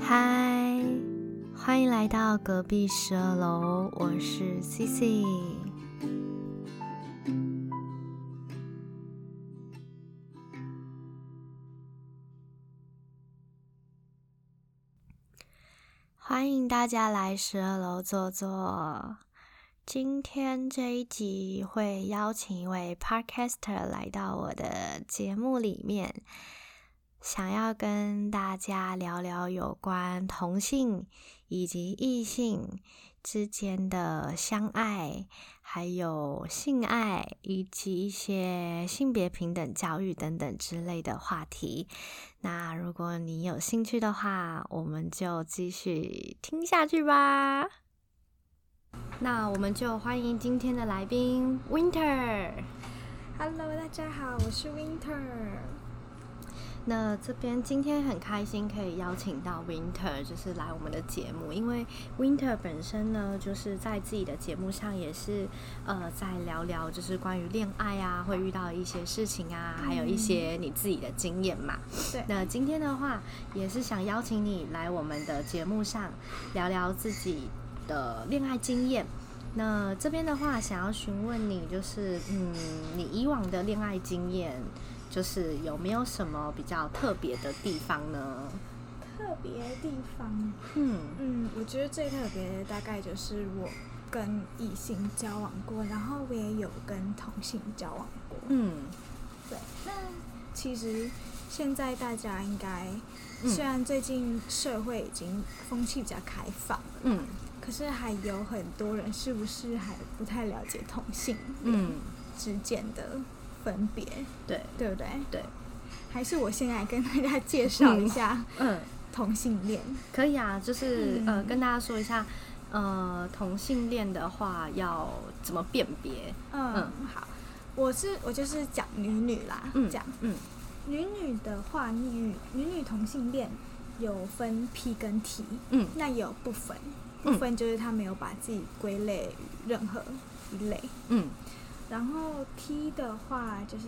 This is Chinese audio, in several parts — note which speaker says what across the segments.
Speaker 1: 嗨，欢迎来到隔壁十二楼，我是 Cici。欢迎大家来十二楼坐坐。今天这一集会邀请一位 podcaster 来到我的节目里面，想要跟大家聊聊有关同性以及异性之间的相爱，还有性爱以及一些性别平等教育等等之类的话题。那如果你有兴趣的话，我们就继续听下去吧。那我们就欢迎今天的来宾 Winter。
Speaker 2: Hello，大家好，我是 Winter。
Speaker 1: 那这边今天很开心可以邀请到 Winter，就是来我们的节目，因为 Winter 本身呢，就是在自己的节目上也是呃在聊聊，就是关于恋爱啊，会遇到一些事情啊，还有一些你自己的经验嘛。
Speaker 2: 对
Speaker 1: 那今天的话，也是想邀请你来我们的节目上聊聊自己的恋爱经验。那这边的话，想要询问你，就是嗯，你以往的恋爱经验，就是有没有什么比较特别的地方呢？
Speaker 2: 特别的地方，
Speaker 1: 嗯
Speaker 2: 嗯，我觉得最特别的大概就是我跟异性交往过，然后我也有跟同性交往过。
Speaker 1: 嗯
Speaker 2: 对，那其实现在大家应该，
Speaker 1: 嗯
Speaker 2: 虽然最近社会已经风气比较开放了，
Speaker 1: 嗯
Speaker 2: 可是还有很多人是不是还不太了解同性
Speaker 1: 嗯，
Speaker 2: 之间的分别，
Speaker 1: 对
Speaker 2: 对不对？
Speaker 1: 对，
Speaker 2: 还是我现在跟大家介绍一下
Speaker 1: 嗯，
Speaker 2: 同性恋。
Speaker 1: 可以啊，就是、呃，
Speaker 2: 嗯
Speaker 1: 跟大家说一下，呃，同性恋的话要怎么辨别？
Speaker 2: 嗯，好，我是我就是讲女女啦，
Speaker 1: 嗯，
Speaker 2: 讲
Speaker 1: 嗯
Speaker 2: 女女的话，女女女同性恋有分 P 跟 T，
Speaker 1: 嗯
Speaker 2: 那也有不分，
Speaker 1: 嗯
Speaker 2: 不分就是他没有把自己归类于任何一类。
Speaker 1: 嗯
Speaker 2: 然后 T 的话，就是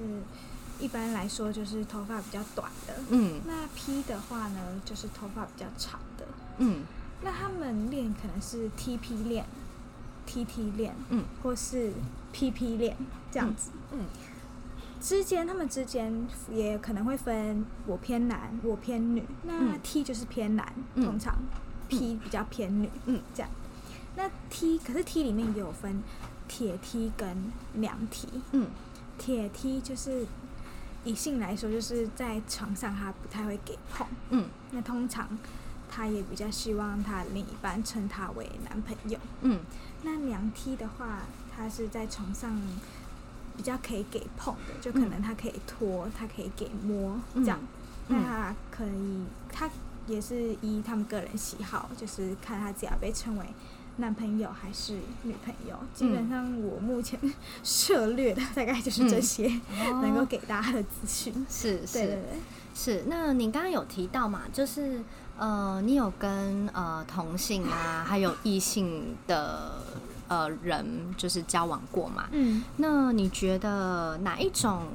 Speaker 2: 一般来说就是头发比较短的，
Speaker 1: 嗯
Speaker 2: 那 P 的话呢，就是头发比较长的。
Speaker 1: 嗯
Speaker 2: 那他们恋可能是 TP 恋、TT 恋，
Speaker 1: 嗯，
Speaker 2: 或是 PP 恋这样子。
Speaker 1: 嗯
Speaker 2: 之间，他们之间也可能会分我偏男，我偏女。那
Speaker 1: 嗯
Speaker 2: T 就是偏男，
Speaker 1: 嗯
Speaker 2: 通常 P 比较偏女，
Speaker 1: 嗯，
Speaker 2: 这样。那 T 可是 T 里面也有分铁 T 跟娘 T，
Speaker 1: 嗯
Speaker 2: 铁 T 就是以性来说，就是在床上他不太会给碰，
Speaker 1: 嗯
Speaker 2: 那通常他也比较希望他另一半称他为男朋友。
Speaker 1: 嗯
Speaker 2: 那娘 T 的话，他是在床上比较可以给碰的，就可能他可以拖，他可以给摸这样。
Speaker 1: 嗯
Speaker 2: 那他可以，他也是依他们个人喜好，就是看他自己要被称为男朋友还是女朋友。基本上我目前 涉略的大概就是这些，
Speaker 1: 嗯，
Speaker 2: 能够
Speaker 1: 哦
Speaker 2: 给大家的资讯。
Speaker 1: 是
Speaker 2: 对对
Speaker 1: 是
Speaker 2: 对，
Speaker 1: 是，那你刚刚有提到嘛，就是呃，你有跟呃同性啊，还有异性的呃人就是交往过嘛？
Speaker 2: 嗯，
Speaker 1: 那你觉得哪一种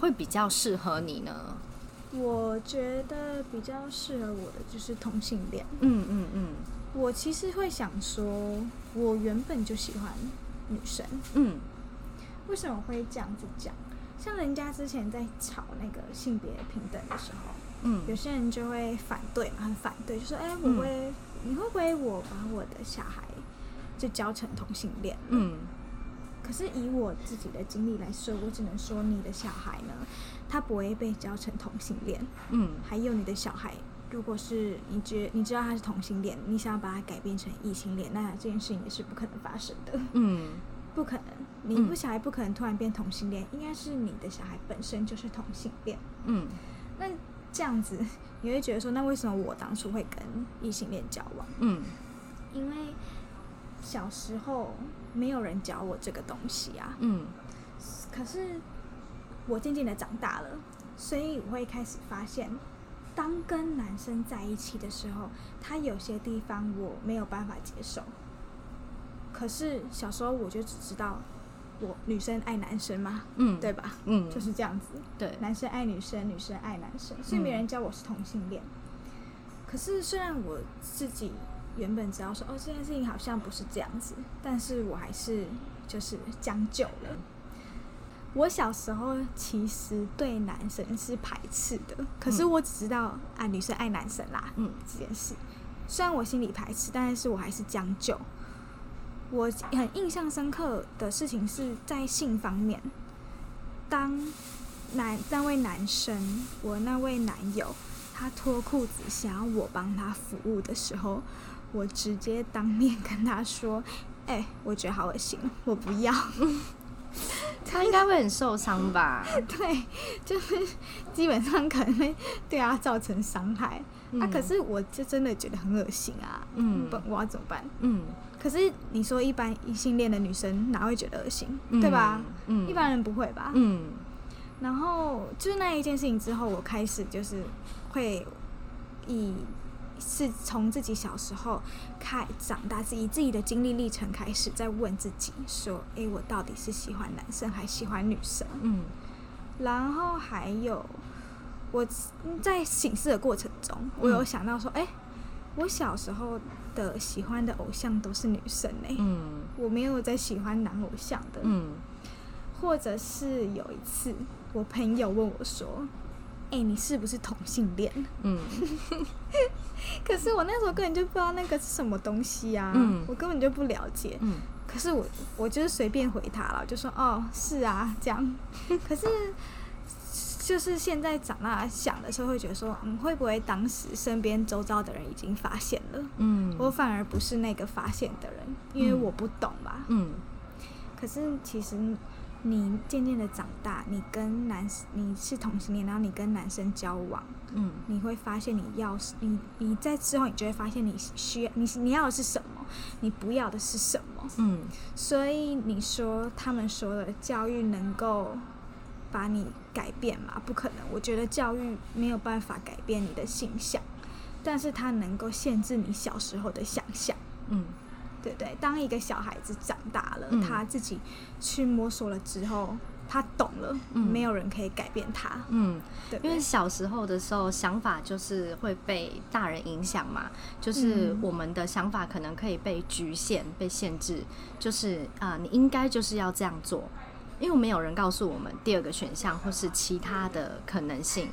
Speaker 1: 会比较适合你呢？
Speaker 2: 我觉得比较适合我的就是同性恋。
Speaker 1: 嗯嗯嗯
Speaker 2: 我其实会想说，我原本就喜欢女生，
Speaker 1: 嗯
Speaker 2: 为什么会这样子讲？像人家之前在吵那个性别平等的时候，有
Speaker 1: 嗯
Speaker 2: 些人就会反对嘛，很反对，就说：“哎、我
Speaker 1: 嗯
Speaker 2: 会，你会不会我把我的小孩就教成同性恋？”
Speaker 1: 嗯
Speaker 2: 可是以我自己的经历来说，我只能说你的小孩呢，他不会被教成同性恋。
Speaker 1: 嗯
Speaker 2: 还有你的小孩，如果是你觉你知道他是同性恋，你想要把他改变成异性恋，那这件事情也是不可能发生的，
Speaker 1: 嗯
Speaker 2: 不可能。你
Speaker 1: 嗯
Speaker 2: 不小孩不可能突然变同性恋，应该是你的小孩本身就是同性恋。
Speaker 1: 嗯
Speaker 2: 那这样子，你会觉得说，那为什么我当初会跟异性恋交往？
Speaker 1: 嗯
Speaker 2: 因为小时候没有人教我这个东西啊。
Speaker 1: 嗯
Speaker 2: 可是我渐渐的长大了，所以我会开始发现，当跟男生在一起的时候，他有些地方我没有办法接受。可是小时候我就只知道，我女生爱男生嘛，
Speaker 1: 嗯，
Speaker 2: 对，吧？
Speaker 1: 嗯，
Speaker 2: 就是这样子，
Speaker 1: 对，嗯
Speaker 2: 男生爱女生，女生爱男生，所以没人教我是同性恋。可是虽然我自己原本知道说哦这件事情好像不是这样子，但是我还是就是将就了。我小时候其实对男生是排斥的，可是
Speaker 1: 嗯
Speaker 2: 我只知道、啊女生爱男生啦，
Speaker 1: 嗯
Speaker 2: 这件事，虽然我心里排斥，但是我还是将就。我很印象深刻的事情是在性方面，当男那位男生，我那位男友，他脱裤子想要我帮他服务的时候，我直接当面跟他说：“哎、 我觉得好恶心，我不 要。”
Speaker 1: 他应该会很受伤吧？
Speaker 2: 对，就是基本上可能会对他造成伤害。啊，
Speaker 1: 嗯
Speaker 2: 可是我就真的觉得很恶心啊，
Speaker 1: 嗯
Speaker 2: 不，我要怎么办？
Speaker 1: 嗯，
Speaker 2: 可是你说一般异性恋的女生哪会觉得恶心，对吧？？
Speaker 1: 嗯，
Speaker 2: 一般人不啊会吧？
Speaker 1: 嗯
Speaker 2: 然后就是那一件事情之后，我开始就是会以是从自己小时候开长大，是以自己的经历历程开始，在问自己说：诶，我到底是喜欢男生还喜欢女生？
Speaker 1: 嗯
Speaker 2: 然后还有我在醒思的过程
Speaker 1: 嗯
Speaker 2: 中，我有想到说：诶，我小时候的喜欢的偶像都是女生呢、
Speaker 1: 嗯
Speaker 2: 我没有在喜欢男偶像的。
Speaker 1: 嗯
Speaker 2: 或者是有一次，我朋友问我说：“哎、你是不是同性恋
Speaker 1: 嗯？”
Speaker 2: 可是我那时候根本就不知道那个是什么东西啊，
Speaker 1: 嗯
Speaker 2: 我根本就不了解。
Speaker 1: 嗯
Speaker 2: 可是我我就是随便回他了，我就说：“哦，是啊，这样。” 可是就是现在长大想的时候，会觉得说，嗯，会不会当时身边周遭的人已经发现了？
Speaker 1: 嗯，
Speaker 2: 我反而不是那个发现的人，因为
Speaker 1: 嗯
Speaker 2: 我不懂嘛。
Speaker 1: 嗯
Speaker 2: 可是其实你渐渐的长大，你跟男你是同性恋，然后你跟男生交往，
Speaker 1: 嗯
Speaker 2: 你会发现你要是你你在之后，你就会发现你需要你你要的是什么，你不要的是什么。
Speaker 1: 嗯
Speaker 2: 所以你说他们说的教育能够把你改变吗？不可能，我觉得教育没有办法改变你的性向，但是它能够限制你小时候的想象。
Speaker 1: 嗯
Speaker 2: 对不对，当一个小孩子长大了，
Speaker 1: 嗯
Speaker 2: 他自己去摸索了之后，他懂了，
Speaker 1: 嗯
Speaker 2: 没有人可以改变他，
Speaker 1: 嗯，
Speaker 2: 对不
Speaker 1: 因
Speaker 2: 对
Speaker 1: 为小时候的时候想法就是会被大人影响嘛，就是
Speaker 2: 嗯
Speaker 1: 我们的想法可能可以被局限、被限制，就是啊、呃你应该就是要这样做，因为没有人告诉我们第二个选项或是其他的可能性。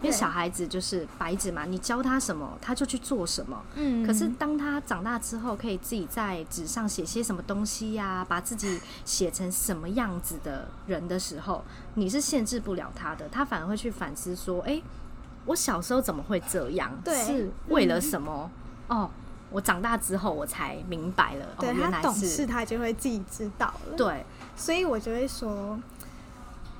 Speaker 1: 因为
Speaker 2: 对
Speaker 1: 小孩子就是白纸嘛，你教他什么他就去做什么。
Speaker 2: 嗯
Speaker 1: 可是哦当他长大之后，可以自己在纸上写些什么东西呀、把自己写成什么样子的人的时候，你是限制不了他的，他反而会去反思说：“哎、我小时候怎么会这样？
Speaker 2: 对
Speaker 1: 是为了什么？哦，我长大之后我才明白了，哦，
Speaker 2: 对
Speaker 1: 原
Speaker 2: 他
Speaker 1: 来
Speaker 2: 懂事，
Speaker 1: 是
Speaker 2: 他就会自己知道了。，
Speaker 1: 对，
Speaker 2: 所以我就会说，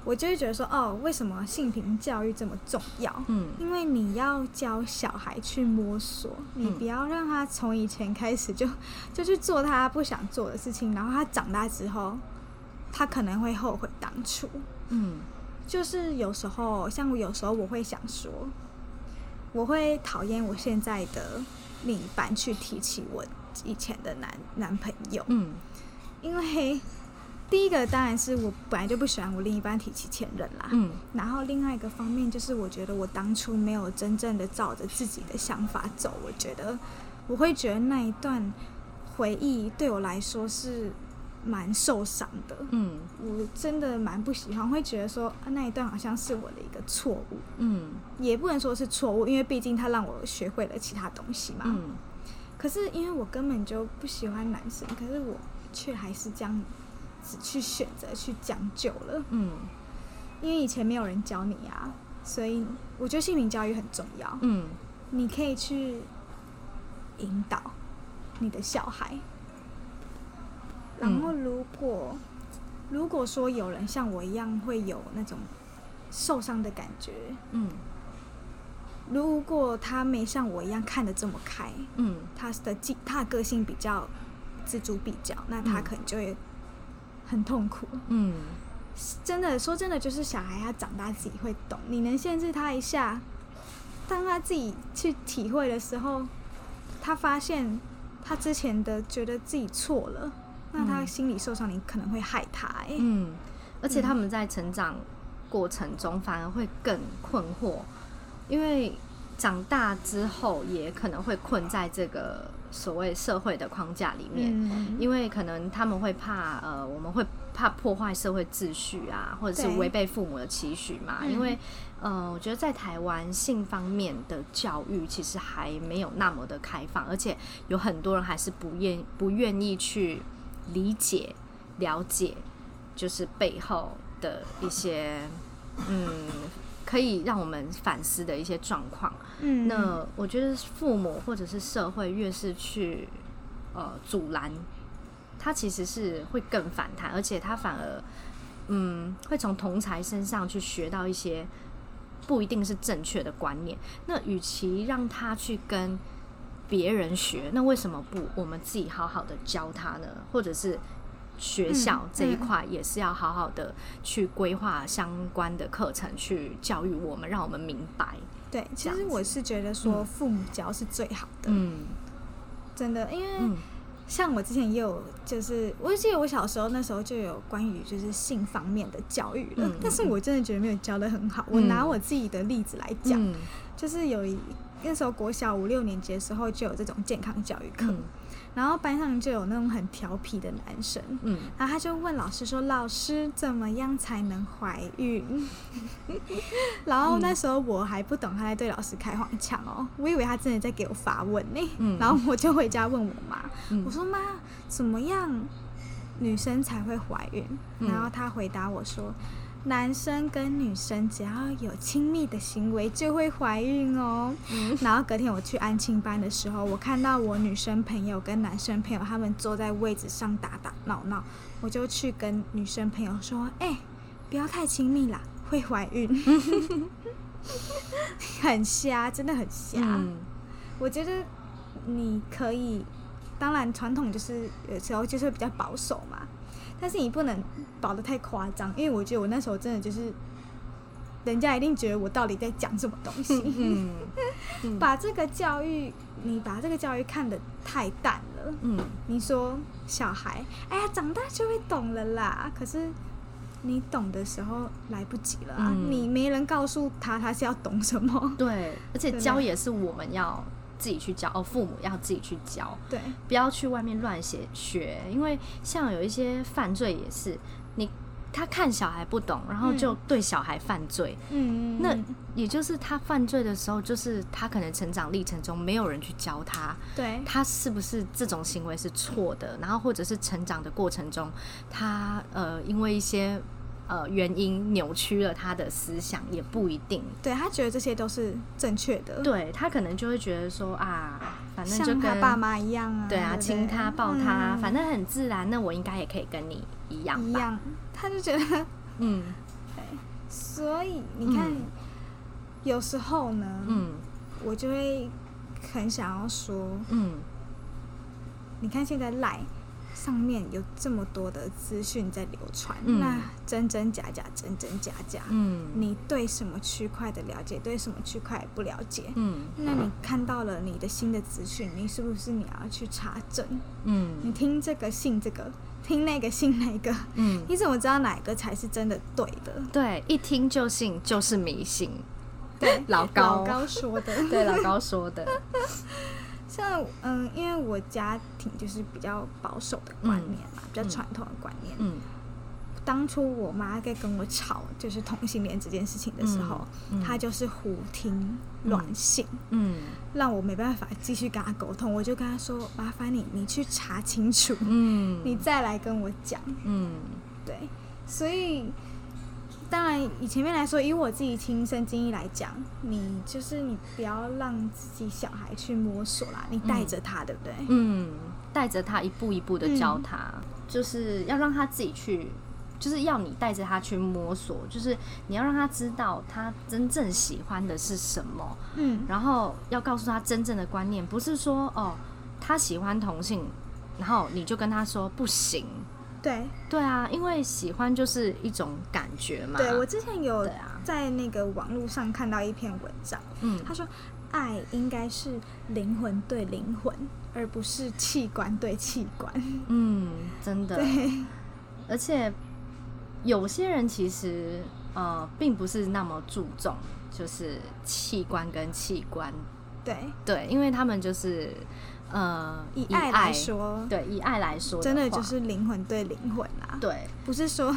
Speaker 2: 我就会觉得说，哦，为什么性平教育这么重要？
Speaker 1: 嗯
Speaker 2: 因为你要教小孩去摸索，你
Speaker 1: 嗯
Speaker 2: 不要让他从以前开始就 就去做他不想做的事情，然后他长大之后，他可能会后悔当初。
Speaker 1: 嗯
Speaker 2: 就是有时候，像我有时候我会想说，我会讨厌我现在的另一半去提起我以前的男男朋友，
Speaker 1: 嗯
Speaker 2: 因为第一个当然是我本来就不喜欢我另一半提起前任啦，
Speaker 1: 嗯
Speaker 2: 然后另外一个方面就是我觉得我当初没有真正的照着自己的想法走，我觉得我会觉得那一段回忆对我来说是蛮受伤的，
Speaker 1: 嗯
Speaker 2: 我真的蛮不喜欢，会觉得说、啊、那一段好像是我的一个错误，
Speaker 1: 嗯
Speaker 2: 也不能说是错误，因为毕竟他让我学会了其他东西嘛。
Speaker 1: 嗯
Speaker 2: 可是因为我根本就不喜欢男生，可是我却还是这样子去选择去将就了，
Speaker 1: 嗯
Speaker 2: 因为以前没有人教你啊，所以我觉得性平教育很重要，
Speaker 1: 嗯
Speaker 2: 你可以去引导你的小孩。然后，如果、如果说有人像我一样会有那种受伤的感觉，
Speaker 1: 嗯
Speaker 2: 如果他没像我一样看得这么开，
Speaker 1: 嗯
Speaker 2: 他的记他的个性比较锱铢必较，那他
Speaker 1: 嗯
Speaker 2: 可能就会很痛苦。
Speaker 1: 嗯
Speaker 2: 真的说真的，就是小孩他长大自己会懂，你能限制他一下，当他自己去体会的时候，他发现他之前的觉得自己错了，那他
Speaker 1: 嗯
Speaker 2: 心理受伤，你可能会害他、欸。
Speaker 1: 嗯，而且他
Speaker 2: 嗯
Speaker 1: 们在成长过程中反而会更困惑，因为长大之后也可能会困在这个所谓社会的框架里面，
Speaker 2: 嗯，
Speaker 1: 因为可能他们会怕呃，我们会怕破坏社会秩序啊，或者是
Speaker 2: 对
Speaker 1: 违背父母的期许嘛。
Speaker 2: 嗯
Speaker 1: 因为呃，我觉得在台湾性方面的教育其实还没有那么的开放，而且有很多人还是不愿不愿意去理解、了解，就是背后的一些嗯，可以让我们反思的一些状况。
Speaker 2: 嗯
Speaker 1: 那我觉得父母或者是社会越是去呃阻拦，他其实是会更反弹，而且他反而嗯会从同才身上去学到一些不一定是正确的观念。那与其让他去跟别人学，那为什么不我们自己好好的教他呢？或者是学校
Speaker 2: 嗯
Speaker 1: 这一
Speaker 2: 嗯
Speaker 1: 块也是要好好的去规划相关的课程，去教育我们，让我们明白。
Speaker 2: 对，其
Speaker 1: 这样
Speaker 2: 实
Speaker 1: 子
Speaker 2: 我是觉得说
Speaker 1: 嗯
Speaker 2: 父母教是最好的，
Speaker 1: 嗯
Speaker 2: 真的，因为
Speaker 1: 嗯。
Speaker 2: 像我之前也有，就是我记得我小时候那时候就有关于就是性方面的教育了，
Speaker 1: 嗯
Speaker 2: 但是我真的觉得没有教的很好。我
Speaker 1: 嗯
Speaker 2: 拿我自己的例子来讲，
Speaker 1: 嗯
Speaker 2: 就是有一那时候国小五六年级的时候就有这种健康教育课，
Speaker 1: 嗯
Speaker 2: 然后班上就有那种很调皮的男生，
Speaker 1: 嗯
Speaker 2: 然后他就问老师说：“老师怎么样才能怀孕？” 然后那时候我还不懂他在对老师开黄腔哦，我以为他真的在给我发问呢、
Speaker 1: 嗯
Speaker 2: 然后我就回家问我妈，
Speaker 1: 嗯
Speaker 2: 我说：“妈，怎么样女生才会怀孕？”
Speaker 1: 嗯
Speaker 2: 然后她回答我说。男生跟女生只要有亲密的行为就会怀孕哦。
Speaker 1: 嗯
Speaker 2: 然后隔天我去安亲班的时候，我看到我女生朋友跟男生朋友他们坐在位置上打打闹闹，我就去跟女生朋友说：“哎、不要太亲密啦，会怀孕。” 很瞎，真的很瞎。
Speaker 1: 嗯
Speaker 2: 我觉得你可以，当然传统就是有时候就是会比较保守嘛，但是你不能保的太夸张，因为我觉得我那时候真的就是，人家一定觉得我到底在讲什么东 西。
Speaker 1: 嗯
Speaker 2: 把这个教育，你把这个教育看得太淡了。
Speaker 1: 嗯
Speaker 2: 你说小孩，哎呀，长大就会懂了啦。可是你懂的时候来不及了啊！
Speaker 1: 嗯
Speaker 2: 你没人告诉他他是要懂什么。
Speaker 1: 对，而且
Speaker 2: 对
Speaker 1: 教也是我们要自己去教，哦，父母要自己去教，
Speaker 2: 对，
Speaker 1: 不要去外面乱写学，因为像有一些犯罪也是你。他看小孩不懂，然后就对小孩犯罪，
Speaker 2: 嗯
Speaker 1: 那也就是他犯罪的时候，就是他可能成长历程中没有人去教他，
Speaker 2: 对，
Speaker 1: 他是不是这种行为是错的，然后或者是成长的过程中，他呃因为一些呃原因扭曲了他的思想，也不一定。
Speaker 2: 对他觉得这些都是正确的，，
Speaker 1: 对他可能就会觉得说啊，反正就
Speaker 2: 像他
Speaker 1: 跟
Speaker 2: 爸妈一样啊，
Speaker 1: 对啊
Speaker 2: 不
Speaker 1: 亲他抱他，
Speaker 2: 嗯
Speaker 1: 反正很自然，那我应该也可以跟你一样
Speaker 2: 一
Speaker 1: 吧？
Speaker 2: 样，他就觉得，
Speaker 1: 嗯
Speaker 2: 所以你看，
Speaker 1: 嗯
Speaker 2: 有时候呢，
Speaker 1: 嗯
Speaker 2: 我就会很想要说，
Speaker 1: 嗯
Speaker 2: 你看现在赖上面有这么多的资讯在流传，
Speaker 1: 嗯
Speaker 2: 那真真假假，真真假假，
Speaker 1: 嗯
Speaker 2: 你对什么区块的了解，对什么区块不了解？
Speaker 1: 嗯
Speaker 2: 那你看到了你的新的资讯，你是不是你要去查证？你
Speaker 1: 嗯
Speaker 2: 听这个信这个，听那个信那个，
Speaker 1: 嗯，
Speaker 2: 你怎么知道哪个才是真的对的？
Speaker 1: 对，一听就信就是迷信，
Speaker 2: 对，
Speaker 1: 老
Speaker 2: 老
Speaker 1: 高
Speaker 2: 高说的。
Speaker 1: 对老高说的，
Speaker 2: 像嗯，因为我家庭就是比较保守的观念嘛，比较传统的观念。
Speaker 1: 嗯
Speaker 2: 当初我妈在跟我吵就是同性恋这件事情的时候，
Speaker 1: 嗯嗯
Speaker 2: 她就是胡听乱信，
Speaker 1: 嗯
Speaker 2: 让我没办法继续跟她沟通。我就跟她说：“麻烦你，你去查清楚，
Speaker 1: 嗯
Speaker 2: 你再来跟我讲。”
Speaker 1: 嗯
Speaker 2: 对，所以当然以前面来说，以我自己亲身经历来讲，你就是你不要让自己小孩去摸索啦，你带着他，对不对？
Speaker 1: 嗯，带着他一步一步的教
Speaker 2: 嗯
Speaker 1: 他，就是要让他自己去，就是要你带着他去摸索，就是你要让他知道他真正喜欢的是什么，
Speaker 2: 嗯，
Speaker 1: 然后要告诉他真正的观念，不是说哦他喜欢同性，然后你就跟他说不行。
Speaker 2: 对，
Speaker 1: 对啊，因为喜欢就是一种感觉嘛。
Speaker 2: 对我之前有
Speaker 1: 对啊
Speaker 2: 在那个网络上看到一篇文章，
Speaker 1: 嗯
Speaker 2: 他说爱应该是灵魂对灵魂，而不是器官对器官。
Speaker 1: 嗯，真的。
Speaker 2: 对，
Speaker 1: 而且有些人其实呃，并不是那么注重就是器官跟器官，
Speaker 2: 对，
Speaker 1: 对，因为他们就是呃
Speaker 2: 以爱来，说，
Speaker 1: 对，以爱来说
Speaker 2: 真
Speaker 1: 的
Speaker 2: 的
Speaker 1: 话
Speaker 2: 就是灵魂对灵魂啦，
Speaker 1: 对
Speaker 2: 不是说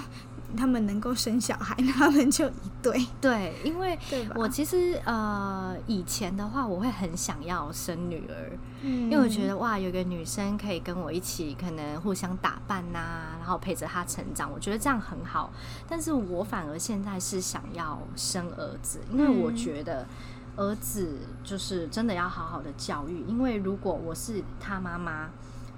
Speaker 2: 他们能够生小孩，他们就一对，
Speaker 1: 对，因为
Speaker 2: 对吧？
Speaker 1: 我其实呃以前的话，我会很想要生女儿，
Speaker 2: 因
Speaker 1: 因为我觉得哇，有个女生可以跟我一起，可能互相打扮呐、然后陪着她成长，我觉得这样很好。但是我反而现在是想要生儿子，因为我
Speaker 2: 嗯
Speaker 1: 觉得儿子就是真的要好好的教育，因为如果我是他妈妈，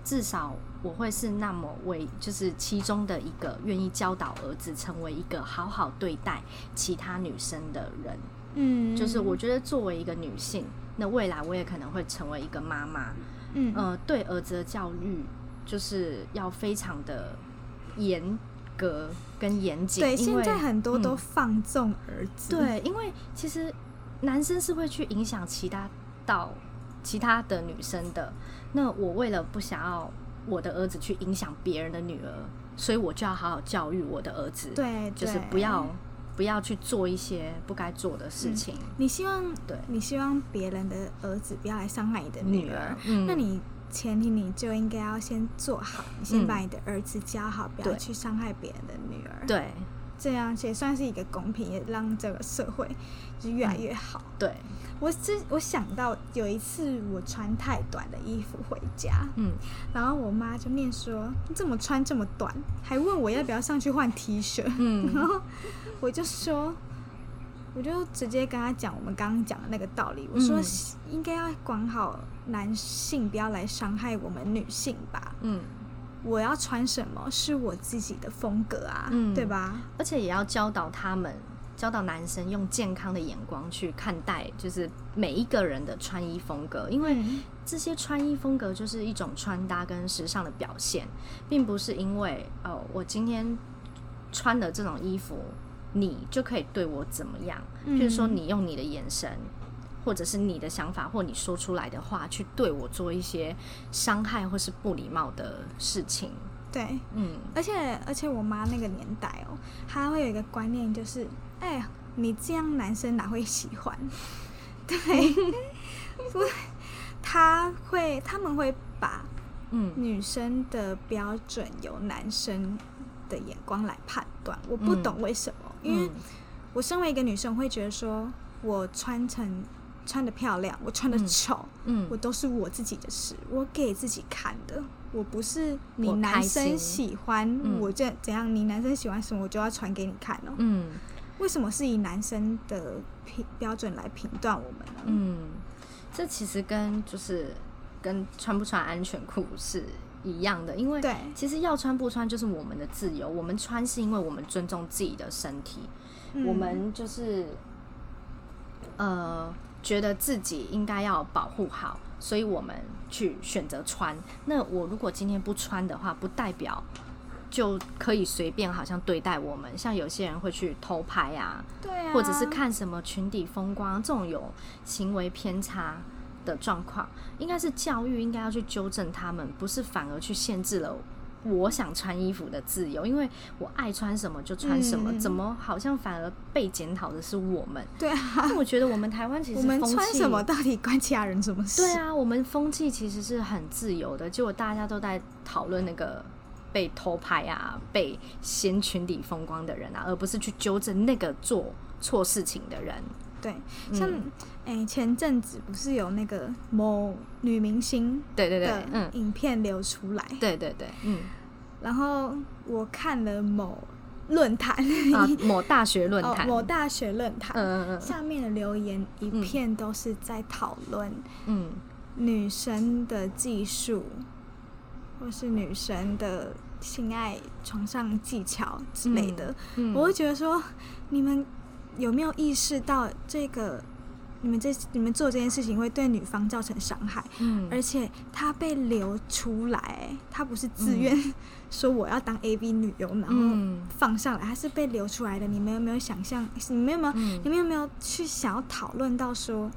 Speaker 1: 至少我会是那么为就是其中的一个愿意教导儿子成为一个好好对待其他女生的人。
Speaker 2: 嗯，
Speaker 1: 就是我觉得作为一个女性，那未来我也可能会成为一个妈妈。
Speaker 2: 嗯
Speaker 1: 呃，对儿子的教育就是要非常的严格跟严谨，
Speaker 2: 对，
Speaker 1: 因
Speaker 2: 现
Speaker 1: 为
Speaker 2: 在很多都
Speaker 1: 嗯
Speaker 2: 放纵儿子，
Speaker 1: 对，因为其实男生是会去影响其他到其他的女生的。那我为了不想要我的儿子去影响别人的女儿，所以我就要好好教育我的儿子，，
Speaker 2: 对，
Speaker 1: 就是
Speaker 2: 对
Speaker 1: 不要不要去做一些不该做的事
Speaker 2: 嗯
Speaker 1: 情。
Speaker 2: 你希望
Speaker 1: 对
Speaker 2: 你希望别人的儿子不要来伤害你的
Speaker 1: 女
Speaker 2: 女
Speaker 1: 儿
Speaker 2: 儿，，
Speaker 1: 嗯，
Speaker 2: 那你前提你就应该要先做好，你
Speaker 1: 嗯
Speaker 2: 先把你的儿子教好，不要
Speaker 1: 对
Speaker 2: 去伤害别人的女儿，，
Speaker 1: 对
Speaker 2: 这样也算是一个公平，也让这个社会就
Speaker 1: 嗯
Speaker 2: 越来越好。
Speaker 1: 对，
Speaker 2: 我之我想到有一次我穿太短的衣服回家，
Speaker 1: 嗯，
Speaker 2: 然后我妈就念说：“你怎么穿这么短？”还问我要不要上去换 T 恤。
Speaker 1: 嗯
Speaker 2: 然后我就说，我就直接跟她讲我们刚刚讲的那个道理，我说
Speaker 1: 嗯
Speaker 2: 应该要管好男性，不要来伤害我们女性吧。
Speaker 1: 嗯。
Speaker 2: 我要穿什么是我自己的风格啊，
Speaker 1: 嗯
Speaker 2: 对吧？
Speaker 1: 而且也要教导他们，教导男生用健康的眼光去看待，就是每一个人的穿衣风格，因为
Speaker 2: 嗯
Speaker 1: 这些穿衣风格就是一种穿搭跟时尚的表现，并不是因为哦，我今天穿的这种衣服，你就可以对我怎么样，
Speaker 2: 嗯
Speaker 1: 譬如说你用你的眼神。或者是你的想法，或你说出来的话，去对我做一些伤害或是不礼貌的事情。
Speaker 2: 对。
Speaker 1: 嗯，
Speaker 2: 而且而且我妈那个年代哦，她会有一个观念，就是哎、呀，你这样男生哪会喜欢？ 对，不，她会他们会把
Speaker 1: 嗯，
Speaker 2: 女生的标准由男生的眼光来判断，我不懂为什么，因为
Speaker 1: 嗯
Speaker 2: 我身为一个女生，会觉得说我穿成穿的漂亮，我穿的
Speaker 1: 嗯
Speaker 2: 丑。
Speaker 1: 嗯
Speaker 2: 我都是我自己的事，我给自己看的，我不是你
Speaker 1: 我开
Speaker 2: 男
Speaker 1: 心
Speaker 2: 生喜欢
Speaker 1: 嗯
Speaker 2: 我这怎样，你男生喜欢什么我就要传给你看哦。
Speaker 1: 嗯，
Speaker 2: 为什么是以男生的评标准来评断我们呢？
Speaker 1: 嗯，这其实跟就是跟穿不穿安全裤是一样的，因为
Speaker 2: 对
Speaker 1: 其实要穿不穿就是我们的自由，我们穿是因为我们尊重自己的身体，
Speaker 2: 嗯
Speaker 1: 我们就是呃觉得自己应该要保护好，所以我们去选择穿。那我如果今天不穿的话，不代表。就可以随便好像对待我们，像有些人会去偷拍啊，
Speaker 2: 对啊，
Speaker 1: 或者是看什么群体风光这种有行为偏差的状况，应该是教育应该要去纠正他们，不是反而去限制了。我想穿衣服的自由，因为我爱穿什么就穿什么，
Speaker 2: 嗯
Speaker 1: 怎么好像反而被检讨的是我们？
Speaker 2: 对啊，
Speaker 1: 但我觉得我们台湾其实
Speaker 2: 我们
Speaker 1: 风气
Speaker 2: 穿什么到底关其他人什么事？
Speaker 1: 对，啊，我们风气其实是很自由的，结果大家都在讨论那个被偷拍啊、被嫌群体风光的人啊，而不是去纠正那个做错事情的人。
Speaker 2: 对，
Speaker 1: 嗯
Speaker 2: 像哎、前阵子不是有那个某女明星
Speaker 1: 对对对
Speaker 2: 的，
Speaker 1: 嗯，
Speaker 2: 影片流出来，
Speaker 1: 对对对，嗯，
Speaker 2: 然后我看了某论坛，
Speaker 1: 啊，某大学论
Speaker 2: 哦
Speaker 1: 坛，，
Speaker 2: 某大学论坛，
Speaker 1: 嗯嗯嗯
Speaker 2: 下面的留言一
Speaker 1: 嗯
Speaker 2: 片都是在讨论
Speaker 1: 嗯
Speaker 2: 女生的技术，或是女生的性爱床上技巧之类的。
Speaker 1: 嗯，
Speaker 2: 我会觉得说，你们有没有意识到这个？你们这你们做这件事情会对女方造成伤害，
Speaker 1: 嗯，
Speaker 2: 而且她被流出来，她不是自愿、 说我要当 AV 女优，然后
Speaker 1: 嗯
Speaker 2: 放上来，它是被流出来的。你们有没有想象？你们有没有？
Speaker 1: 嗯
Speaker 2: 你们有没有去想要讨论到说，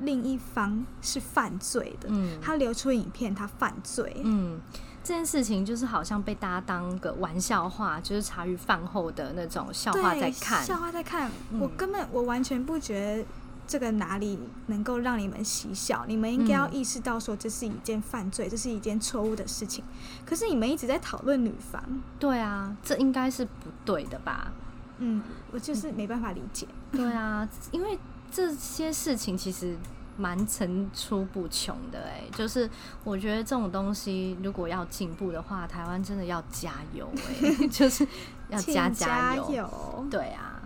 Speaker 2: 另一方是犯罪的？
Speaker 1: 嗯
Speaker 2: 他流出影片，他犯罪。
Speaker 1: 嗯，这件事情就是好像被大家当个玩笑话，就是茶余饭后的那种笑话在
Speaker 2: 对，
Speaker 1: 看。嗯
Speaker 2: 笑话在看，我根本我完全不觉得这个哪里能够让你们嬉笑，你们应该要
Speaker 1: 嗯
Speaker 2: 意识到说这是一件犯罪，这是一件错误的事情。可是你们一直在讨论女方，
Speaker 1: 对啊，这应该是不对的吧？
Speaker 2: 嗯，我就是没办法理解。
Speaker 1: 对啊，因为这些事情其实蛮层出不穷的哎、就是我觉得这种东西如果要进步的话，台湾真的要加油哎、 就是要
Speaker 2: 请
Speaker 1: 加
Speaker 2: 加
Speaker 1: 油。
Speaker 2: 油，
Speaker 1: 对啊，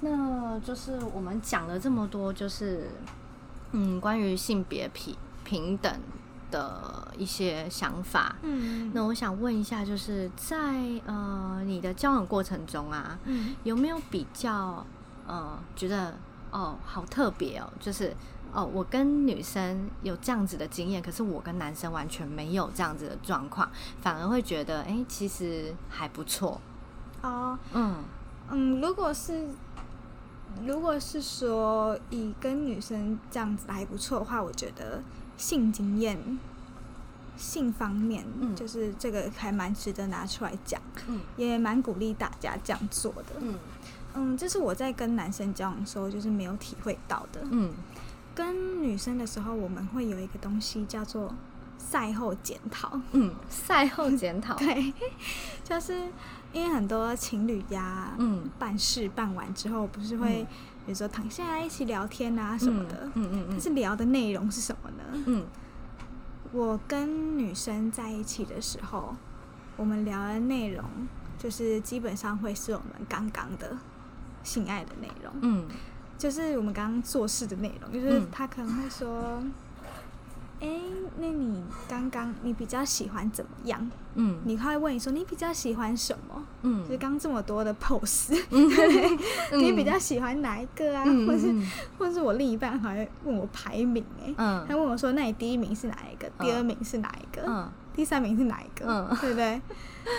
Speaker 1: 那就是我们讲了这么多，就是嗯，关于性别平平等的一些想法。
Speaker 2: 嗯，
Speaker 1: 那我想问一下，就是在呃你的交往过程中啊，
Speaker 2: 嗯，
Speaker 1: 有没有比较呃觉得哦好特别哦，就是哦我跟女生有这样子的经验，可是我跟男生完全没有这样子的状况，反而会觉得哎、诶其实还不错，
Speaker 2: 哦，
Speaker 1: 嗯
Speaker 2: 嗯，如果是如果是说以跟女生这样子还不错的话，我觉得性经验、性方面，
Speaker 1: 嗯
Speaker 2: 就是这个还蛮值得拿出来讲，
Speaker 1: 嗯
Speaker 2: 也蛮鼓励大家这样做的。
Speaker 1: 嗯
Speaker 2: 嗯，这是我在跟男生交往的时候就是没有体会到的。
Speaker 1: 嗯
Speaker 2: 跟女生的时候，我们会有一个东西叫做赛后检讨。
Speaker 1: 嗯，赛后检讨，
Speaker 2: 对， 就是因为很多情侣呀，
Speaker 1: 嗯，
Speaker 2: 办事办完之后，不是会
Speaker 1: 嗯
Speaker 2: 比如说躺下来一起聊天啊什么的
Speaker 1: 嗯，嗯
Speaker 2: 但
Speaker 1: 嗯
Speaker 2: 是聊的内容是什么呢？
Speaker 1: 嗯
Speaker 2: 我跟女生在一起的时候，我们聊的内容就是基本上会是我们刚刚的性爱的内容，
Speaker 1: 嗯
Speaker 2: 就是我们刚刚做事的内容，就是
Speaker 1: 嗯
Speaker 2: 他可能会说。哎、那你刚刚你比较喜欢怎么样？
Speaker 1: 嗯嗯
Speaker 2: 你他会问你说你比较喜欢什么？
Speaker 1: 嗯，
Speaker 2: 就是刚这么多的 pose，、
Speaker 1: 嗯
Speaker 2: 你比较喜欢哪一个啊？
Speaker 1: 嗯
Speaker 2: 或是
Speaker 1: 嗯
Speaker 2: 或是我另一半还会问我排名、欸，
Speaker 1: 嗯
Speaker 2: 他问我说：“那你第一名是哪一个？第二名是哪一个？
Speaker 1: 嗯
Speaker 2: 第三名是哪一个？
Speaker 1: 嗯
Speaker 2: 对不对？”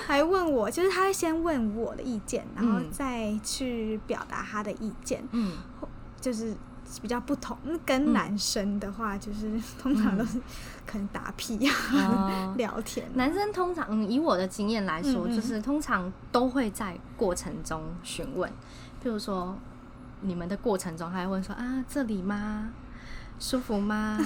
Speaker 2: 还问我，就是他会先问我的意见，然后
Speaker 1: 嗯
Speaker 2: 再去表达他的意见，
Speaker 1: 嗯
Speaker 2: 就是比较不同。那跟男生的话，就是通常都是可能打屁啊、
Speaker 1: 嗯哦
Speaker 2: 聊天啊。
Speaker 1: 男生通常、嗯、以我的经验来说，
Speaker 2: 嗯嗯
Speaker 1: 就是通常都会在过程中询问，譬如说你们的过程中，他会问说啊这里吗？舒服 吗？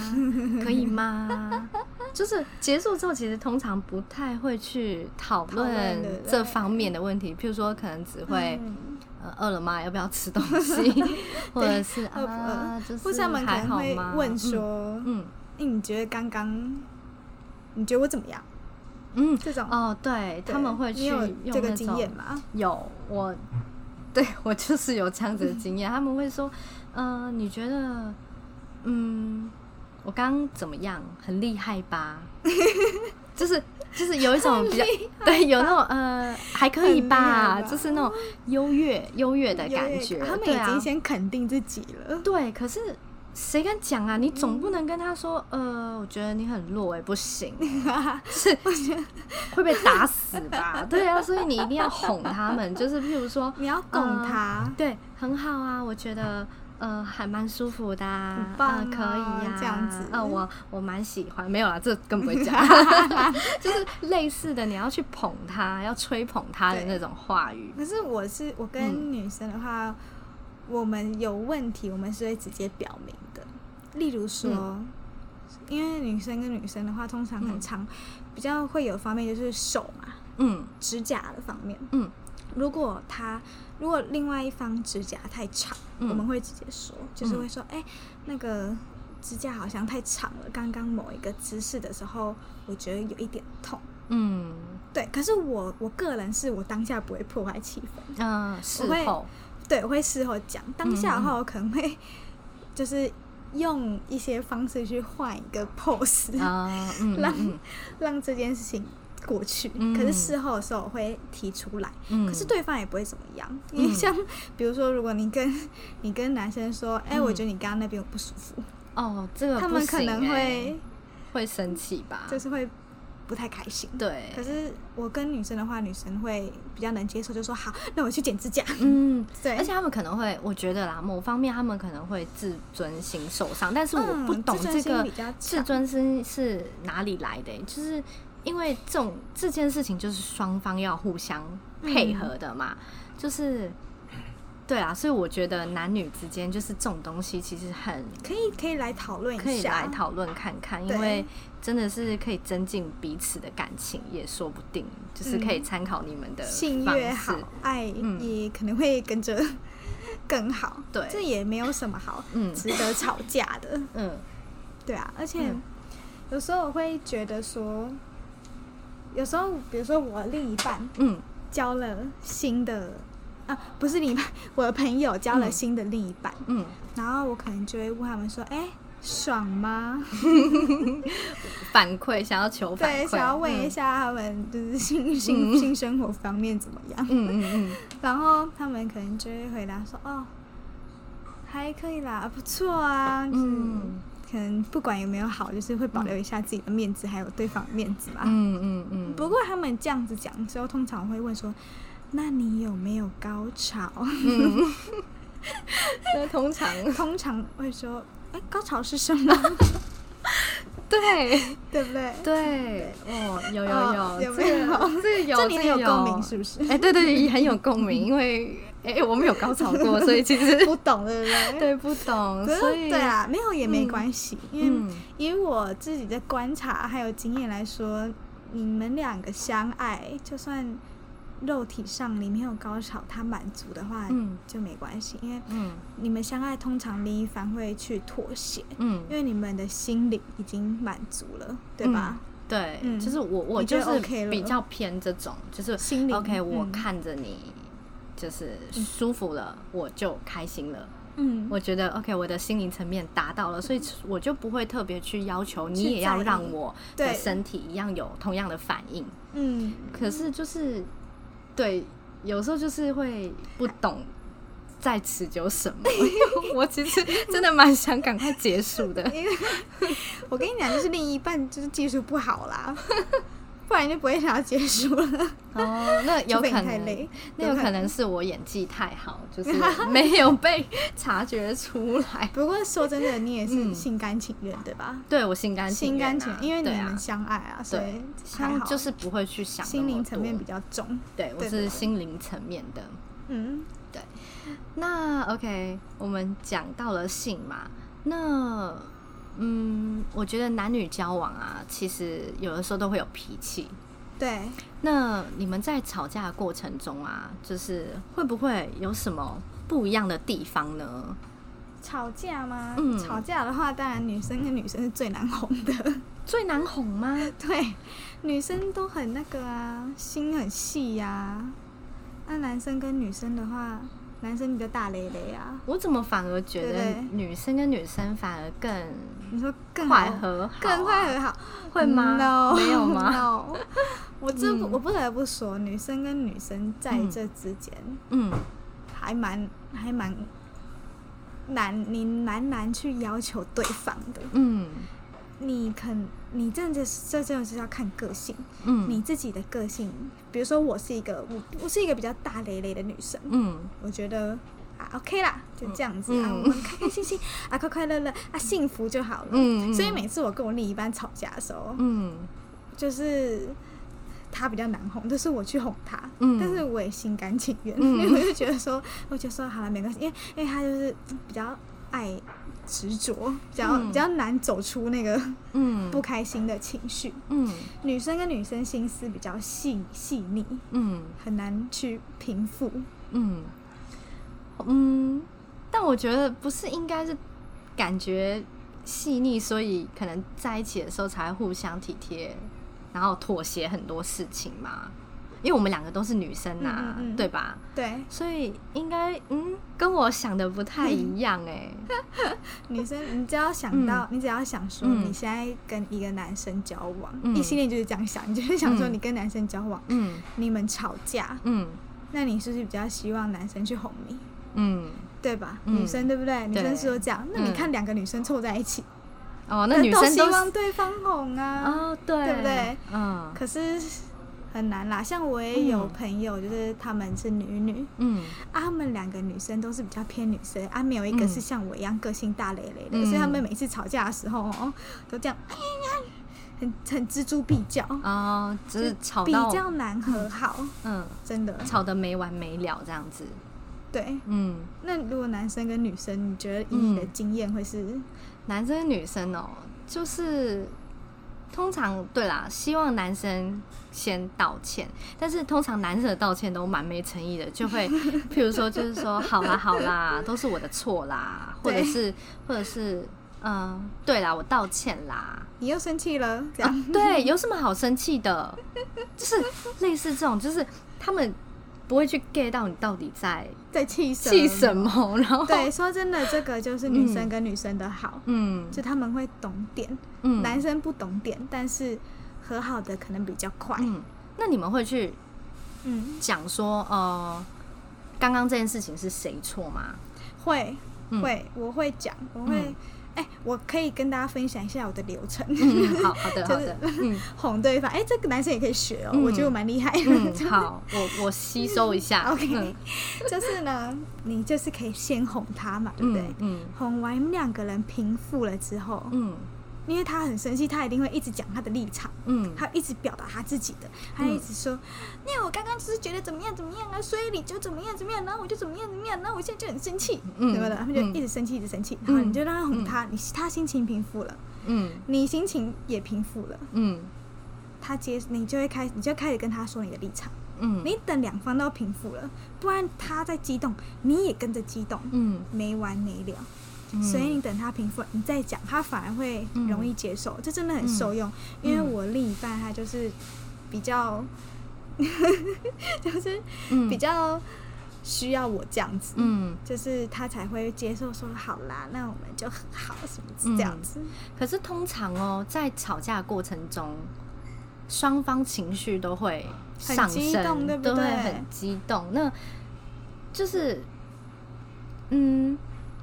Speaker 1: 可以吗？就是结束之后，其实通常不太会去讨
Speaker 2: 讨论对
Speaker 1: 论
Speaker 2: 不对
Speaker 1: 这方面的问题，譬如说可能只会、
Speaker 2: 嗯
Speaker 1: 呃，饿了吗？要不要吃东 西？或者是
Speaker 2: 饿不
Speaker 1: 啊
Speaker 2: 饿，
Speaker 1: 就
Speaker 2: 或
Speaker 1: 是
Speaker 2: 是他呃们可
Speaker 1: 还
Speaker 2: 能
Speaker 1: 好
Speaker 2: 会
Speaker 1: 吗？
Speaker 2: 问说
Speaker 1: 嗯，：“
Speaker 2: 哎，你觉得刚刚你觉得我怎么样
Speaker 1: 嗯？”
Speaker 2: 这种
Speaker 1: 嗯，哦，对，
Speaker 2: 对
Speaker 1: 他们会
Speaker 2: 你
Speaker 1: 去
Speaker 2: 有
Speaker 1: 用
Speaker 2: 这个
Speaker 1: 那
Speaker 2: 经
Speaker 1: 种
Speaker 2: 验吗？
Speaker 1: 有我，对我就是有这样子的经验。他们会说，呃，你觉得，嗯，我刚刚怎么样？很厉害吧？ 就是就是有一种比较对，有那种呃还可以
Speaker 2: 很厉害
Speaker 1: 吧，
Speaker 2: 吧
Speaker 1: 就是那种优越优越的
Speaker 2: 优
Speaker 1: 感
Speaker 2: 越
Speaker 1: 觉。
Speaker 2: 他们
Speaker 1: 对
Speaker 2: 已
Speaker 1: 啊
Speaker 2: 经先肯定自己了。
Speaker 1: 对，可是谁敢讲啊？你总不能跟他说，
Speaker 2: 嗯
Speaker 1: 呃，我觉得你很弱、欸，哎，不 行，是会被打死 吧？对啊，所以你一定要哄他们，就是譬如说，
Speaker 2: 你要拱他，
Speaker 1: 对，很好啊，我觉得。呃，还蛮舒服的、啊，
Speaker 2: 很棒
Speaker 1: 呃可以
Speaker 2: 啊
Speaker 1: 呀、
Speaker 2: 这样子
Speaker 1: 呃，我我蛮喜欢，没有啦，这更不会讲， 就是类似的，你要去捧他，要吹捧他的
Speaker 2: 对
Speaker 1: 那种话语。
Speaker 2: 可是我是我跟
Speaker 1: 嗯
Speaker 2: 女生的话，我们有问题，我们是会直接表明的。例如说，因为女生跟女生的话，通常很
Speaker 1: 嗯
Speaker 2: 常、比较会有方面就是手嘛，
Speaker 1: 嗯
Speaker 2: 指甲的方面。
Speaker 1: 嗯
Speaker 2: 如果他如果另外一方指甲太长，
Speaker 1: 嗯
Speaker 2: 我们会直接说，就是
Speaker 1: 嗯
Speaker 2: 会说，哎、那个指甲好像太长了，刚刚某一个姿势的时候，我觉得有一点痛。
Speaker 1: 嗯
Speaker 2: 对，可是我我个人是我当下不会破坏气氛，
Speaker 1: 嗯、呃，事
Speaker 2: 会
Speaker 1: 后
Speaker 2: 对，我会事后讲。当下的
Speaker 1: 嗯
Speaker 2: 话，
Speaker 1: 嗯
Speaker 2: 我可能会就是用一些方式去换一个 pose，、
Speaker 1: 啊，嗯
Speaker 2: 让
Speaker 1: 嗯
Speaker 2: 让这件事情过去。
Speaker 1: 嗯
Speaker 2: 可是事后的时候，我会提出来。
Speaker 1: 嗯，
Speaker 2: 可是对方也不会怎么样，因为
Speaker 1: 嗯
Speaker 2: 像比如说，如果你跟你跟男生说，哎、我
Speaker 1: 嗯
Speaker 2: 觉得你刚刚那边我不舒服，
Speaker 1: 哦，这个
Speaker 2: 他
Speaker 1: 不
Speaker 2: 们可
Speaker 1: 行
Speaker 2: 能
Speaker 1: 欸
Speaker 2: 会
Speaker 1: 会生气吧？
Speaker 2: 就是会不太开心。
Speaker 1: 对
Speaker 2: 可，是我跟女生的话，女生会比较能接受，就说好，那我去剪指甲。
Speaker 1: 嗯，
Speaker 2: 对，
Speaker 1: 而且他们可能会，我觉得啦，某方面他们可能会自尊心受伤，但是我不
Speaker 2: 嗯
Speaker 1: 懂
Speaker 2: 自尊
Speaker 1: 这
Speaker 2: 心
Speaker 1: 个
Speaker 2: 比较强
Speaker 1: 自尊心是哪里来的欸、就是因为这种这件事情就是双方要互相配合的嘛，
Speaker 2: 嗯
Speaker 1: 就是对啊，所以我觉得男女之间就是这种东西其实很
Speaker 2: 可以可以来讨论一下，
Speaker 1: 可以来讨论看看，
Speaker 2: 对
Speaker 1: 因为真的是可以增进彼此的感情，也说不定，就是可
Speaker 2: 嗯
Speaker 1: 以参考你们的
Speaker 2: 性
Speaker 1: 方
Speaker 2: 越
Speaker 1: 式。
Speaker 2: 好，爱
Speaker 1: 嗯
Speaker 2: 也可能会跟着 更好。
Speaker 1: 对
Speaker 2: 这也没有什么好
Speaker 1: 嗯
Speaker 2: 值得吵架的。
Speaker 1: 嗯，
Speaker 2: 对啊，而且
Speaker 1: 嗯
Speaker 2: 有时候我会觉得说，有时候比如说我另一半
Speaker 1: 嗯
Speaker 2: 交了新的啊，不是另一半，我的朋友交了
Speaker 1: 嗯
Speaker 2: 新的另一半，
Speaker 1: 嗯，
Speaker 2: 然后我可能就会问他们说：“哎、爽吗？”
Speaker 1: 反馈想要求反
Speaker 2: 对，
Speaker 1: 馈，
Speaker 2: 想要问一
Speaker 1: 嗯
Speaker 2: 下他们就是性性、性生活方面怎么样。
Speaker 1: 嗯嗯
Speaker 2: 然后他们可能就会回答说：“哦，还可以啦，不错啊。”
Speaker 1: 嗯
Speaker 2: 嗯，
Speaker 1: 嗯
Speaker 2: 可能不管有没有好，就是会保留一下自己的面子，还有对方的面子吧。
Speaker 1: 嗯嗯嗯，
Speaker 2: 不过他们这样子讲的时候，通常会问说：“那你有没有高 潮
Speaker 1: 嗯，那通常？”
Speaker 2: 通常会说：“哎，高潮是什么？
Speaker 1: 对
Speaker 2: 对不对？”
Speaker 1: 对，哦，有有
Speaker 2: 哦
Speaker 1: 有，
Speaker 2: 有没有
Speaker 1: 这个这个有，
Speaker 2: 这里
Speaker 1: 个
Speaker 2: 很有共鸣，是不是？
Speaker 1: 哎、对对对，也很有共鸣，因为哎、我们有高潮过，所以其实
Speaker 2: 不懂，对不对？
Speaker 1: 对不懂，
Speaker 2: 可
Speaker 1: 哦
Speaker 2: 是
Speaker 1: 所以
Speaker 2: 对，啊，没有也没
Speaker 1: 嗯
Speaker 2: 关系，因为
Speaker 1: 嗯
Speaker 2: 以我自己的观察还有经验来说，你们两个相爱，就算肉体上你没有高潮，他满足的话，
Speaker 1: 嗯
Speaker 2: 就没关系，因为
Speaker 1: 嗯
Speaker 2: 你们相爱通常另一方会去妥协，
Speaker 1: 嗯
Speaker 2: 因，为你们的心灵已经满足了，对吧？
Speaker 1: 对，
Speaker 2: 嗯
Speaker 1: 就是我我
Speaker 2: 你
Speaker 1: 就
Speaker 2: 觉得
Speaker 1: 是
Speaker 2: OK 了
Speaker 1: 比较偏这种，就是
Speaker 2: 心灵
Speaker 1: OK，我
Speaker 2: 嗯
Speaker 1: 看着你。就是舒服了，我就开心了。
Speaker 2: 嗯，
Speaker 1: 我觉得 OK，我的心灵层面达到了，所以我就不会特别去要求你
Speaker 2: 去
Speaker 1: 也要
Speaker 2: 在意
Speaker 1: 让我的
Speaker 2: 对
Speaker 1: 身体一样有同样的反应。
Speaker 2: 嗯，
Speaker 1: 可是就是对，有时候就是会不懂在持久什么。 我其实真的蛮想赶快结束的。
Speaker 2: 因为我跟你讲，就是另一半就是技术不好啦， 不然就不会想要结束了。
Speaker 1: 哦，那有
Speaker 2: 除非
Speaker 1: 可
Speaker 2: 你太
Speaker 1: 能
Speaker 2: 累，
Speaker 1: 那
Speaker 2: 有
Speaker 1: 有
Speaker 2: 可
Speaker 1: 可能是我演技太好， 就是没有被察觉出来。
Speaker 2: 不过说真的，你也是
Speaker 1: 嗯
Speaker 2: 心甘情愿，对吧？
Speaker 1: 对我心甘
Speaker 2: 心
Speaker 1: 愿
Speaker 2: 甘
Speaker 1: 啊
Speaker 2: 情，因为你
Speaker 1: 对啊
Speaker 2: 们，相爱啊，所以
Speaker 1: 对，
Speaker 2: 还
Speaker 1: 像
Speaker 2: 好，
Speaker 1: 就是不会去想那
Speaker 2: 心灵
Speaker 1: 么
Speaker 2: 层面
Speaker 1: 多
Speaker 2: 比较重。
Speaker 1: 对，我
Speaker 2: 对
Speaker 1: 是
Speaker 2: 对
Speaker 1: 心灵层面的。
Speaker 2: 嗯，
Speaker 1: 那 OK，我们讲到了性嘛，那嗯，我觉得男女交往啊，其实有的时候都会有脾气。
Speaker 2: 对，
Speaker 1: 那你们在吵架的过程中啊，就是会不会有什么不一样的地方呢？
Speaker 2: 吵架吗？
Speaker 1: 嗯
Speaker 2: 吵架的话，当然女生跟女生是最难哄的。
Speaker 1: 最难哄吗？
Speaker 2: 对，女生都很那个啊，心很细呀、啊。那、男生跟女生的话，男生比较大咧咧啊。
Speaker 1: 我怎么反而觉
Speaker 2: 对
Speaker 1: 得
Speaker 2: 对
Speaker 1: 女生跟女生反而更
Speaker 2: 你说更好
Speaker 1: 快和好啊、
Speaker 2: 更快和好，
Speaker 1: 会吗
Speaker 2: No,
Speaker 1: 没有吗
Speaker 2: ？No，我这不、
Speaker 1: 嗯
Speaker 2: 我不得不说，女生跟女生在这之间
Speaker 1: 嗯
Speaker 2: 还蛮、还蛮难，你蛮难去要求对方的。
Speaker 1: 嗯
Speaker 2: 你肯，你真的是这真的是要看个性，
Speaker 1: 嗯，
Speaker 2: 你自己的个性。比如说，我是一个我我是一个比较大咧咧的女生，
Speaker 1: 嗯
Speaker 2: 我觉得。啊，OK 啦，就这样子、
Speaker 1: 嗯
Speaker 2: 啊，我们开开心心啊，快快乐乐啊，幸福就好了。
Speaker 1: 嗯嗯
Speaker 2: 所以每次我跟我另一半吵架的时候，
Speaker 1: 嗯
Speaker 2: 就是他比较难哄，就是我去哄他，
Speaker 1: 嗯
Speaker 2: 但是我也心甘情愿，
Speaker 1: 嗯
Speaker 2: 因为我就觉得说，我就说好了，没关系，因为因为他就是嗯比较爱执着，比较、
Speaker 1: 嗯
Speaker 2: 比较难走出那个
Speaker 1: 嗯
Speaker 2: 不开心的情绪。
Speaker 1: 嗯
Speaker 2: 女生跟女生心思比较细细腻，
Speaker 1: 嗯
Speaker 2: 很难去平复。
Speaker 1: 嗯，嗯，但我觉得不是应该是感觉细腻，所以可能在一起的时候才互相体贴，然后妥协很多事情嘛。因为我们两个都是女生呐、啊，
Speaker 2: 嗯嗯嗯
Speaker 1: 对吧？
Speaker 2: 对，
Speaker 1: 所以应该嗯，跟我想的不太一样 哎、
Speaker 2: 女生，你只要想到，你只要想说
Speaker 1: 嗯
Speaker 2: 你现在跟一个男生交往，
Speaker 1: 嗯
Speaker 2: 异性恋就是这样想，你就会想说
Speaker 1: 嗯
Speaker 2: 你跟男生交往，
Speaker 1: 嗯
Speaker 2: 你们吵架，
Speaker 1: 嗯
Speaker 2: 那你是不是比较希望男生去哄你，
Speaker 1: 嗯，
Speaker 2: 对吧？
Speaker 1: 嗯
Speaker 2: 女生对不对？女生是都这样。那你
Speaker 1: 嗯
Speaker 2: 看两个女生凑在一起，
Speaker 1: 哦，那女生
Speaker 2: 希
Speaker 1: 都
Speaker 2: 望
Speaker 1: 是
Speaker 2: 对方哄啊，
Speaker 1: 哦，对，
Speaker 2: 对不对？
Speaker 1: 嗯
Speaker 2: 可是很难啦。像我也有
Speaker 1: 嗯
Speaker 2: 朋友，就是她们是女女，
Speaker 1: 嗯
Speaker 2: 啊，她们两个女生都是比较偏女生，啊，没有一个
Speaker 1: 嗯
Speaker 2: 是像我一样个性大咧咧的，
Speaker 1: 嗯
Speaker 2: 所以她们每次吵架的时候哦，都这样。哎呀很很锱铢必较，
Speaker 1: 啊、就是吵
Speaker 2: 比
Speaker 1: 到
Speaker 2: 较难和好，
Speaker 1: 嗯，
Speaker 2: 真的。
Speaker 1: 吵得没完没了这样子，
Speaker 2: 对，
Speaker 1: 嗯，
Speaker 2: 那如果男生跟女生，你觉得以你的
Speaker 1: 嗯
Speaker 2: 经验会是？
Speaker 1: 男生女生哦，就是通常对啦，希望男生先道歉，但是通常男生的道歉都蛮没诚意的，就 会譬如说就是说好啦好啦，都是我的错啦，或者
Speaker 2: 对
Speaker 1: 是或者是嗯对啦，我道歉 啦，
Speaker 2: 你又生气了，这样、
Speaker 1: 对，有什么好生气的？就是类似这种，就是他们不会去 get 到你到底在
Speaker 2: 在气什
Speaker 1: 气什么，然后
Speaker 2: 对，说真的，这个就是女生跟女生的好，
Speaker 1: 嗯
Speaker 2: 就他们会懂点，
Speaker 1: 嗯
Speaker 2: 男生不懂点，但是和好的可能比较快。
Speaker 1: 嗯，那你们会去
Speaker 2: 嗯，
Speaker 1: 讲说，呃，刚刚这件事情是谁错吗？
Speaker 2: 会
Speaker 1: 嗯
Speaker 2: 会，我会讲，我会，
Speaker 1: 嗯
Speaker 2: 哎、我可以跟大家分享一下我的流程，
Speaker 1: 嗯，好好的，
Speaker 2: 就
Speaker 1: 好
Speaker 2: 是
Speaker 1: 的，嗯
Speaker 2: 哄对方。哎、这个男生也可以学哦，
Speaker 1: 嗯
Speaker 2: 我觉得我蛮厉害的。
Speaker 1: 嗯，好，我我吸收一下
Speaker 2: OK
Speaker 1: 嗯
Speaker 2: 就是呢，你就是可以先哄他嘛，对不对？
Speaker 1: 嗯嗯
Speaker 2: 哄完两个人平复了之后，
Speaker 1: 嗯
Speaker 2: 因为他很生气，他一定会一直讲他的立场，
Speaker 1: 嗯
Speaker 2: 他一直表达他自己的，他一
Speaker 1: 嗯
Speaker 2: 直说，那我刚刚就是觉得怎么样怎么样啊，所以你就怎么样怎么样，然后我就怎么样怎么样，然后我现在就很生气，
Speaker 1: 嗯
Speaker 2: 什么的，他们就
Speaker 1: 嗯
Speaker 2: 一直生气一直生气，然后
Speaker 1: 嗯
Speaker 2: 你就让他哄
Speaker 1: 嗯
Speaker 2: 他，你他心情平复了，
Speaker 1: 嗯
Speaker 2: 你心情也平复了，
Speaker 1: 嗯
Speaker 2: 他接你就会开你就开始跟他说你的立场，
Speaker 1: 嗯，
Speaker 2: 你等两方都平复了，不然他在激动，你也跟着激动，
Speaker 1: 嗯，
Speaker 2: 没完没了。
Speaker 1: 嗯
Speaker 2: 所以你等他平复，你再讲，他反而会容易接
Speaker 1: 嗯
Speaker 2: 受，这真的很受用。因为我另一半他就是比较， 就是
Speaker 1: 嗯
Speaker 2: 比较需要我这样子，
Speaker 1: 嗯，
Speaker 2: 就是他才会接受说好啦，那我们就很好什么之
Speaker 1: 嗯
Speaker 2: 这样子。
Speaker 1: 可是通常哦，在吵架过程中，双方情绪都会上
Speaker 2: 很激
Speaker 1: 升，
Speaker 2: 动对
Speaker 1: 对
Speaker 2: 不
Speaker 1: 会
Speaker 2: 对
Speaker 1: 很激动。那就是，嗯，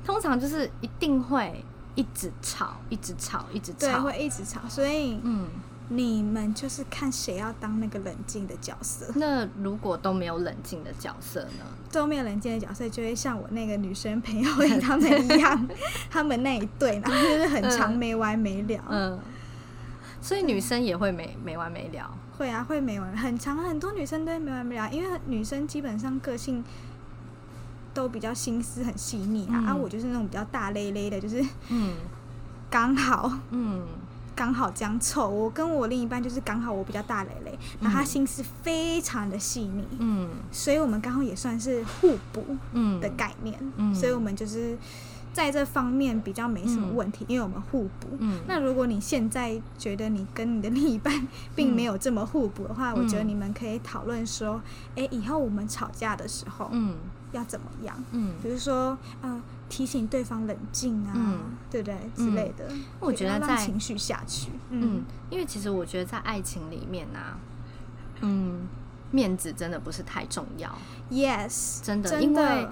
Speaker 1: 通常就是一定会一直吵，一直吵，一直
Speaker 2: 对，
Speaker 1: 吵。
Speaker 2: 会一直吵，所以
Speaker 1: 嗯，
Speaker 2: 你们就是看谁要当那个冷静的角色。
Speaker 1: 那如果都没有冷静的角色呢？
Speaker 2: 后面冷静的角色就会像我那个女生朋友他们一 样，他们那一对，然后就是很长
Speaker 1: 嗯
Speaker 2: 没完没了。
Speaker 1: 嗯，所以女生也会没没完没了。
Speaker 2: 会啊，会没完，很长，很多女生都会没完没了，因为女生基本上个性都比较心思很细腻啊，
Speaker 1: 嗯
Speaker 2: 啊，我就是那种比较大咧咧的，就是
Speaker 1: 嗯
Speaker 2: 刚好
Speaker 1: 嗯
Speaker 2: 刚好这样凑。我跟我另一半就是刚好我比较大咧咧，然后他心思非常的细腻，
Speaker 1: 嗯
Speaker 2: 所以我们刚好也算是互补
Speaker 1: 嗯
Speaker 2: 的概念，
Speaker 1: 嗯
Speaker 2: 所以我们就是在这方面比较没什么
Speaker 1: 嗯
Speaker 2: 问题，因为我们互补。
Speaker 1: 嗯
Speaker 2: 那如果你现在觉得你跟你的另一半并没有这么互补的话，我觉得
Speaker 1: 嗯
Speaker 2: 你们可以讨论说，诶，以后我们吵架的时候
Speaker 1: 嗯
Speaker 2: 要怎么样？
Speaker 1: 嗯，
Speaker 2: 比如说，呃，提醒对方冷静啊，
Speaker 1: 嗯
Speaker 2: 对不对之类的？
Speaker 1: 我觉得
Speaker 2: 不要让
Speaker 1: 在
Speaker 2: 情绪下去，
Speaker 1: 嗯
Speaker 2: 嗯，，
Speaker 1: 因为其实我觉得在爱情里面啊，嗯，面子真的不是太重要，
Speaker 2: ，yes，
Speaker 1: 真的，
Speaker 2: 真的
Speaker 1: 因为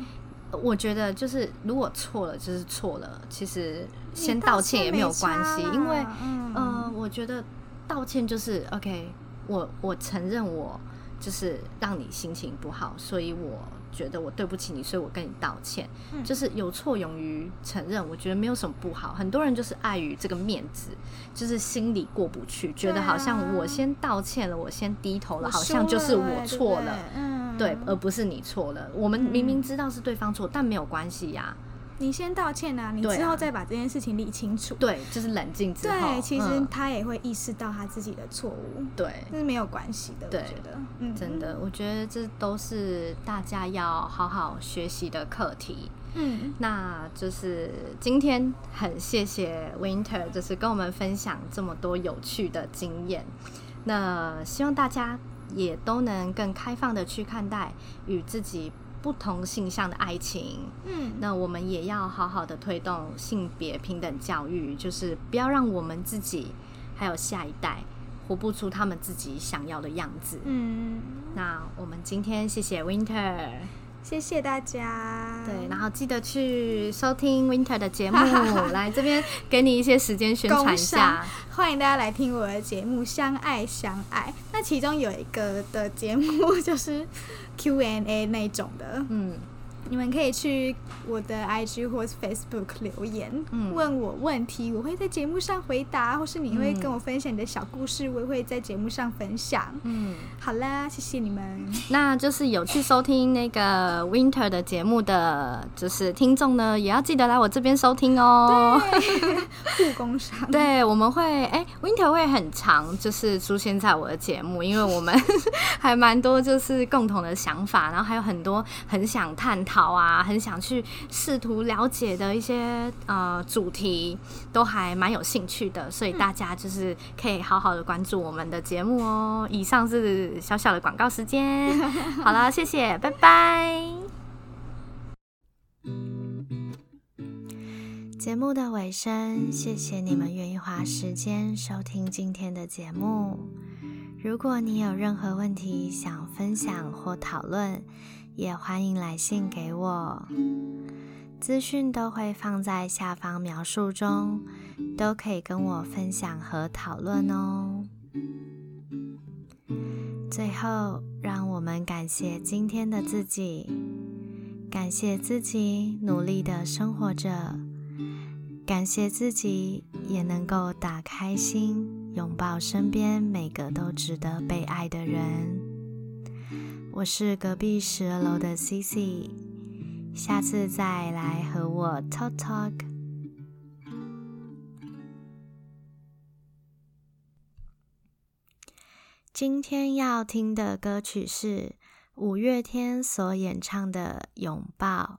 Speaker 1: 我觉得就是如果错了就是错了，其实先道歉也没有关系，
Speaker 2: 你道歉
Speaker 1: 因
Speaker 2: 没
Speaker 1: 为
Speaker 2: 差啦嗯
Speaker 1: 呃，我觉得道歉就是 OK，我我承认我就是让你心情不好，所以我觉得我对不起你，所以我跟你道歉。
Speaker 2: 嗯
Speaker 1: 就是有错勇于承认，我觉得没有什么不好。很多人就是碍于这个面子，就是心里过不去，觉得好像我先道歉了，我先低头了，
Speaker 2: 啊我
Speaker 1: 好像就是
Speaker 2: 输了
Speaker 1: 我错了。，
Speaker 2: 对不对嗯，
Speaker 1: 对，呃而不是你错了。我们
Speaker 2: 嗯
Speaker 1: 明明知道是对方错，但没有关系呀、
Speaker 2: 你先道歉啊，你
Speaker 1: 对啊
Speaker 2: 之后再把这件事情理清楚。
Speaker 1: 对，就是冷静之后。
Speaker 2: 对，其实
Speaker 1: 嗯
Speaker 2: 他也会意识到他自己的错误，
Speaker 1: 对，
Speaker 2: 这是没有关系的，我
Speaker 1: 对
Speaker 2: 觉得，嗯，
Speaker 1: 真，的，我觉得这都是大家要好好学习的课题。
Speaker 2: 嗯，
Speaker 1: 那就是今天很谢谢 Winter，就是跟我们分享这么多有趣的经验。那希望大家也都能更开放的去看待与自己不同性向的爱情。
Speaker 2: 嗯，
Speaker 1: 那我们也要好好的推动性别平等教育，就是不要让我们自己还有下一代活不出他们自己想要的样子。
Speaker 2: 嗯，
Speaker 1: 那我们今天谢谢 Winter，
Speaker 2: 谢谢大家，
Speaker 1: 对，然后记得去收听 Winter 的节目，来这边给你一些时间宣传一下。
Speaker 2: 欢迎大家来听我的节目《相爱相爱》。那 其中有一个的节目就是 Q&A 那种的，
Speaker 1: 嗯，
Speaker 2: 你们可以去我的 IG 或是 Facebook 留言，
Speaker 3: 嗯
Speaker 2: 问我问题，我会在节目上回答，或是你
Speaker 1: 嗯
Speaker 2: 会跟我分享你的小故事，我也会在节目上分享。
Speaker 3: 嗯，
Speaker 2: 好啦，谢谢你们，
Speaker 3: 那就是有去收听那个 Winter 的节目的，就是听众呢，也要记得来我这边收听哦。
Speaker 2: 护工商，
Speaker 3: 对，我们会哎、w i n t e r 会很长，就是出现在我的节目，因为我们 还蛮多就是共同的想法，然后还有很多很想探讨啊，很想去试图了解的一些呃主题，都还蛮有兴趣的，所以大家就是可以好好的关注我们的节目哦。以上是小小的广告时间，好了，谢谢，拜拜。
Speaker 1: 节目的尾声，谢谢你们愿意花时间收听今天的节目。如果你有任何问题想分享或讨论，也欢迎来信给我。资讯都会放在下方描述中，都可以跟我分享和讨论哦。最后，让我们感谢今天的自己，感谢自己努力的生活着。感谢自己也能够打开心，拥抱身边每个都值得被爱的人。我是隔壁十二楼的 CC，下次再来和我 talk talk。今天要听的歌曲是五月天所演唱的《拥抱》。